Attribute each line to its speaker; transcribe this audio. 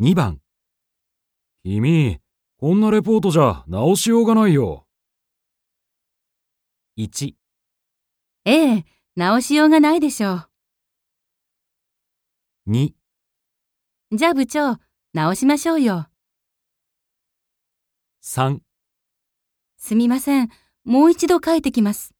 Speaker 1: 2番、
Speaker 2: 君、こんなレポートじゃ直しようがないよ。
Speaker 1: 1、
Speaker 3: ええ、直しようがないでしょ
Speaker 1: 2、
Speaker 3: う。じゃあ部長、直しましょうよ。
Speaker 1: 3
Speaker 3: すみません。もう一度書いてきます。